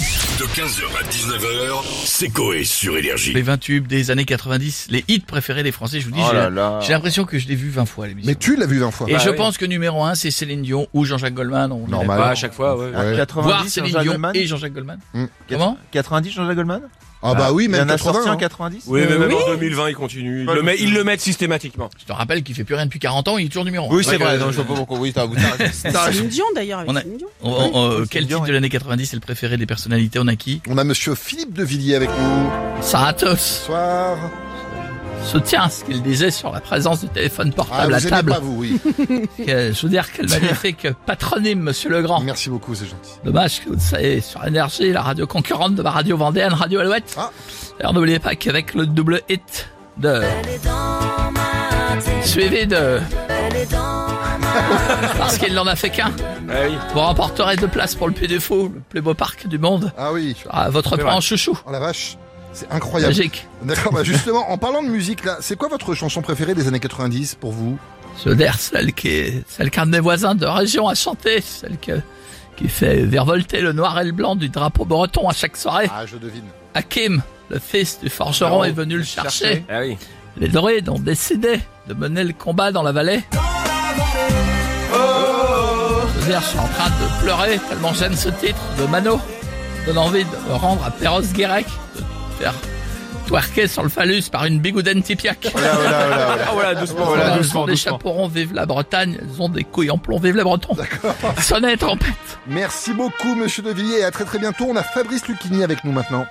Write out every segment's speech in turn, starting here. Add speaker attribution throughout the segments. Speaker 1: De 15h à 19h, c'est Coé sur Énergie.
Speaker 2: Les 20 tubes des années 90, les hits préférés des Français, je vous dis,
Speaker 3: Oh
Speaker 2: j'ai-
Speaker 3: là là. Bah
Speaker 2: j'ai l'impression que je l'ai vu 20 fois l'émission.
Speaker 4: Mais tu l'as vu d'un fois.
Speaker 2: Et je
Speaker 3: oui.
Speaker 2: pense que numéro 1, c'est Céline Dion ou Jean-Jacques Goldman. On
Speaker 4: Normal.
Speaker 2: dirait
Speaker 3: Bah, à chaque fois, ouais.
Speaker 4: Ouais.
Speaker 2: pas. Voir
Speaker 3: 90,
Speaker 2: Céline
Speaker 3: Jean-Jacques
Speaker 2: Dion
Speaker 3: Goldman
Speaker 2: et Jean-Jacques Goldman.
Speaker 4: Mm.
Speaker 2: Comment
Speaker 3: 90, Jean-Jacques Goldman
Speaker 4: Ah bah oui,
Speaker 3: Il en
Speaker 4: même
Speaker 3: a sorti
Speaker 4: 80.
Speaker 3: en
Speaker 4: hein.
Speaker 3: 90
Speaker 5: Oui, mais
Speaker 2: Euh,
Speaker 5: même
Speaker 2: oui.
Speaker 5: en 2020, ils continuent. Ils
Speaker 3: Pas
Speaker 5: le,
Speaker 3: le
Speaker 5: met-
Speaker 3: plus.
Speaker 5: ils le mettent systématiquement.
Speaker 2: Je te rappelle qu'il fait plus rien depuis 40 ans, il est toujours numéro 1.
Speaker 3: Oui, c'est vrai. non, je- pas pourquoi. Oui,
Speaker 6: Céline Dion d'ailleurs avec
Speaker 2: On a-
Speaker 6: Céline Dion.
Speaker 3: oui,
Speaker 2: Oh, quel
Speaker 3: Céline Dion,
Speaker 2: titre de
Speaker 3: oui.
Speaker 2: l'année 90 est le préféré des personnalités On a qui
Speaker 4: On a monsieur Philippe de Villiers avec nous.
Speaker 2: Saratos
Speaker 4: Bonsoir.
Speaker 2: se tient à ce qu'il disait sur la présence du téléphone
Speaker 4: Ah,
Speaker 2: portable
Speaker 4: vous
Speaker 2: à
Speaker 4: aimez
Speaker 2: table.
Speaker 4: pas vous, oui.
Speaker 2: Que- je veux dire, quel magnifique patronyme, monsieur Legrand.
Speaker 4: Merci beaucoup, c'est gentil.
Speaker 2: Dommage que vous soyez sur Énergie, la radio concurrente de ma radio vendéenne, Radio Alouette.
Speaker 4: Ah.
Speaker 2: Alors n'oubliez pas qu'avec le double hit de... Suivi de... Parce qu'il n'en a fait qu'un,
Speaker 5: Ah oui.
Speaker 2: vous remporterez deux places pour le Puy du Fou, le plus beau parc du monde.
Speaker 4: Ah oui.
Speaker 2: Ah, votre plan chouchou,
Speaker 4: Oh la vache. C'est incroyable.
Speaker 2: magique.
Speaker 4: D'accord, bah justement, en parlant de musique là, c'est quoi votre chanson préférée des années 90 pour vous
Speaker 2: Je veux dire, celle qui est- celle qu'un de mes voisins de région a chantée, celle que- qui fait vervolter le noir et le blanc du drapeau breton à chaque soirée.
Speaker 4: Ah, je devine.
Speaker 2: Hakim, le fils du forgeron,
Speaker 3: Ah,
Speaker 2: est venu le chercher.
Speaker 5: Ah oui.
Speaker 2: Les druides ont décidé de mener le combat dans la vallée. Je veux dire, je suis en train de pleurer tellement j'aime ce titre de Mano. Donne envie de me rendre à Perros Guérec, de faire twerker sur le phallus par une bigoudaine tipiaque.
Speaker 4: Voilà, voilà, voilà, voilà.
Speaker 5: Ah voilà, doucement.
Speaker 2: Ils
Speaker 5: Voilà,
Speaker 2: ont
Speaker 5: doucement,
Speaker 2: des
Speaker 5: doucement.
Speaker 2: chaperons, vive la Bretagne, ils ont des couilles en plomb, vive les Bretons. Sonnez trompette.
Speaker 4: Merci beaucoup, monsieur De Villiers, et à très très bientôt. On a Fabrice Lucchini avec nous maintenant.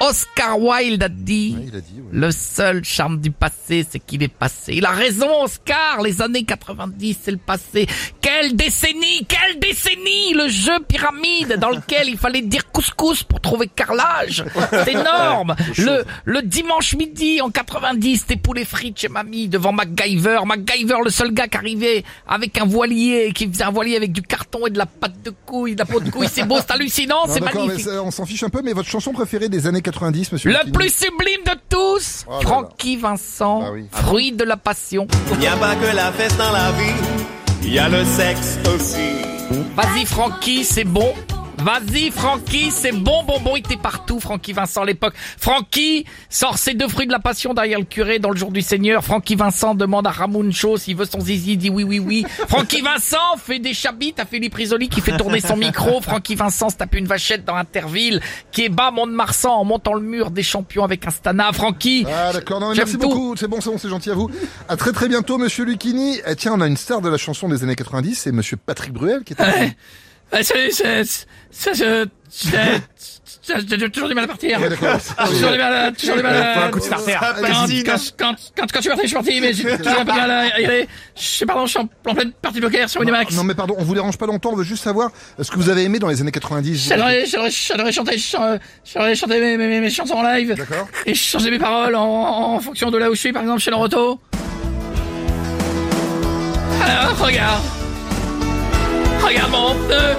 Speaker 7: Oscar Wilde a dit,
Speaker 4: Ouais, il a dit, ouais.
Speaker 7: le seul charme du passé, c'est qu'il est passé. Il a raison, Oscar, les années 90, c'est le passé. Quelle décennie, quelle décennie, le jeu pyramide dans lequel il fallait dire couscous pour trouver carrelage. C'est énorme. Le, le dimanche midi en 90, tes poulets frites chez mamie devant MacGyver. MacGyver, le seul gars qui arrivait avec un voilier, qui faisait un voilier avec du carton et de la pâte de couille, de la peau de couille. C'est beau, c'est hallucinant,
Speaker 4: Non,
Speaker 7: c'est
Speaker 4: Ah, d'accord,
Speaker 7: magnifique.
Speaker 4: mais ça, on s'en fiche un peu, mais votre chanson préférée des années 90, monsieur
Speaker 7: Le
Speaker 4: Lucchini
Speaker 7: plus sublime de tous,
Speaker 4: Oh là là.
Speaker 7: Francky Vincent,
Speaker 4: Ah oui.
Speaker 7: fruit de la passion.
Speaker 8: Il a pas que la fête dans la vie, il y a le sexe aussi.
Speaker 7: Vas-y Francky, c'est bon. Vas-y Francky, c'est bon, bon, bon, il était partout, Francky Vincent à l'époque. Francky sort ses deux fruits de la passion derrière le curé dans le jour du Seigneur. Francky Vincent demande à Ramuncho s'il veut son zizi, il dit oui, oui, oui. Francky Vincent fait des chabits à Philippe Risoli qui fait tourner son micro. Francky Vincent se tape une vachette dans Interville qui est bas Mont-de-Marsan en montant le mur des champions avec un stana. Francky,
Speaker 4: Ah d'accord, non, mais
Speaker 7: J'aime
Speaker 4: merci
Speaker 7: tout.
Speaker 4: beaucoup, c'est bon, c'est bon, c'est gentil à vous. À très très bientôt, monsieur Lucchini. Eh, tiens, on a une star de la chanson des années 90, c'est monsieur Patrick Bruel qui est avec nous.
Speaker 2: Ah, salut, c'est, c'est, c'est- c'est- c'est- j'ai toujours du mal à partir.
Speaker 4: Ouais, d'accord.
Speaker 2: Toujours du mal à, toujours du mal à- Quand,
Speaker 4: Allez-y,
Speaker 2: quand, quand, quand, quand je suis parti, je suis parti, mais j'ai toujours un peu de mal à y aller. Je sais, pardon, je suis en, en pleine partie de poker sur Winamax.
Speaker 4: Non mais pardon, on vous dérange pas longtemps, on veut juste savoir euh, ce que vous avez aimé dans les années 90.
Speaker 2: J'adorais, j'adorais, j'adorais chanter, je- euh, j'adorais chanter mes, mes, mes- mes chansons en live.
Speaker 4: D'accord.
Speaker 2: Et je changeais mes paroles en, en fonction de là où je suis, par exemple chez Loroto. Alors, regarde. Regarde mon pneu.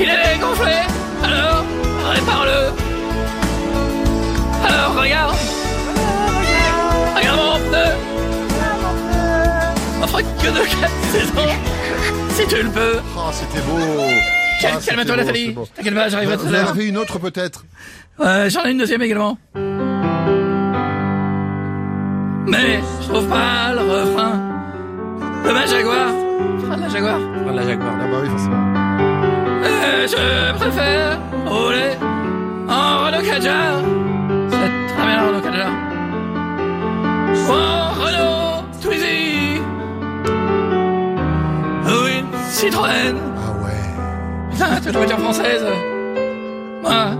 Speaker 2: Il est gonflé. Alors, répare-le. Alors, regarde. Regarde mon pneu. Enfin, que de 4 saisons. Si tu le peux.
Speaker 4: Oh, c'était beau.
Speaker 2: Calme-
Speaker 4: Ah, c'était
Speaker 2: Calme-toi,
Speaker 4: beau,
Speaker 2: Nathalie.
Speaker 4: c'est beau.
Speaker 2: T'inquiète pas,
Speaker 7: Ah,
Speaker 2: j'arrive à tout
Speaker 4: Vous
Speaker 2: à
Speaker 4: en
Speaker 2: l'heure.
Speaker 4: avez une autre peut-être
Speaker 2: Euh, J'en ai une deuxième également. Mais je trouve pas le refrain de ma Jaguar. Refrain de la Jaguar.
Speaker 5: Prends de la Jaguar.
Speaker 4: Ah bah oui, forcément.
Speaker 2: Et je préfère rouler en Renault Kadjar. C'est très bien la Renault Kadjar. Ou en Renault Twizy. Ou une Citroën.
Speaker 4: Ah ouais.
Speaker 2: Putain, toute voiture française. Moi,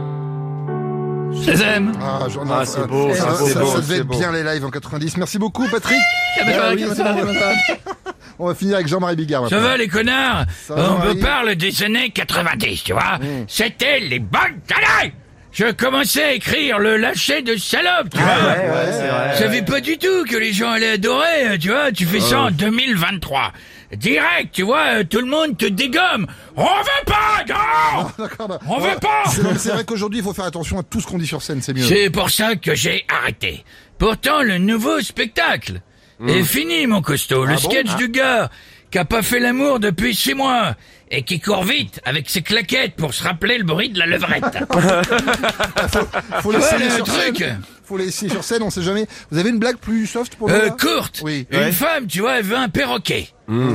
Speaker 2: je les aime.
Speaker 4: Ah, j'en ai-
Speaker 5: Ah, c'est beau,
Speaker 4: ça,
Speaker 5: c'est
Speaker 4: ça-
Speaker 5: beau,
Speaker 4: ça
Speaker 5: beau,
Speaker 4: devait
Speaker 5: c'est
Speaker 4: être
Speaker 5: beau.
Speaker 4: bien les lives en 90. Merci beaucoup Patrick.
Speaker 2: Calme-toi,
Speaker 4: Ah oui,
Speaker 2: calme-toi,
Speaker 4: c'est bon.
Speaker 2: calme-toi.
Speaker 4: On va finir avec Jean-Marie Bigard.
Speaker 2: Ça
Speaker 4: maintenant.
Speaker 2: va les connards
Speaker 4: Ça va,
Speaker 2: On me
Speaker 4: Marie Mmh.
Speaker 2: parle des années 90, tu vois C'était les bonnes années Je commençais à écrire le lâcher de salope, tu vois Je savais pas du tout que les gens allaient adorer, euh, tu vois Tu fais ça en 2023 Direct, tu vois, euh, tout le monde te dégomme On veut pas, non
Speaker 4: D'accord, bah,
Speaker 2: On veut pas
Speaker 4: C'est c'est vrai qu'aujourd'hui, il faut faire attention à tout ce qu'on dit sur scène, c'est mieux.
Speaker 2: C'est pour ça que j'ai arrêté. Pourtant, le nouveau spectacle est fini, mon costaud. le sketch du gars
Speaker 9: qui a pas fait l'amour depuis six mois et qui court vite avec ses claquettes pour se rappeler le bruit de la levrette.
Speaker 4: Faut
Speaker 9: Ouais,
Speaker 4: l'essayer
Speaker 9: le
Speaker 4: sur
Speaker 9: truc.
Speaker 4: scène. Faut l'essayer sur scène, on sait jamais. Vous avez une blague plus soft pour nous
Speaker 9: Euh,
Speaker 4: là
Speaker 9: courte.
Speaker 4: Oui.
Speaker 9: Une
Speaker 4: Ouais. Hmm.
Speaker 9: femme, tu vois, elle veut un perroquet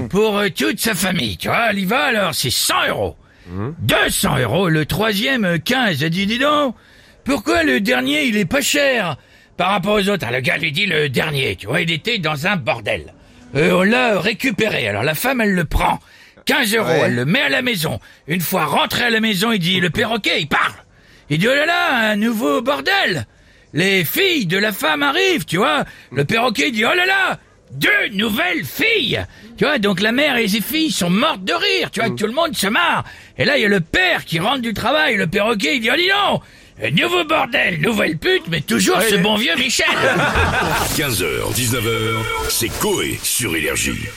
Speaker 9: pour euh, toute sa famille. Tu vois, elle y va alors, c'est 100 euros.
Speaker 4: Hmm.
Speaker 9: 200 euros, le troisième euh, 15. Elle dit, dis donc, pourquoi le dernier il est pas cher par rapport aux autres Alors, Le gars lui dit le dernier, tu vois, il était dans un bordel. Euh, on l'a récupéré, alors la femme elle le prend. 15 euros, elle le met à la maison. Une fois rentré à la maison, il dit, le perroquet, il parle. Il dit, oh là là, un nouveau bordel. Les filles de la femme arrivent, tu vois. Le perroquet dit, oh là là, deux nouvelles filles. Tu vois, donc la mère et ses filles sont mortes de rire, tu vois, tout le monde se marre. Et là, il y a le père qui rentre du travail, le perroquet, il dit, oh dis donc, euh, nouveau bordel, nouvelle pute, mais toujours ce bon vieux Michel.
Speaker 1: 15h, 19h, c'est Coé sur Énergie.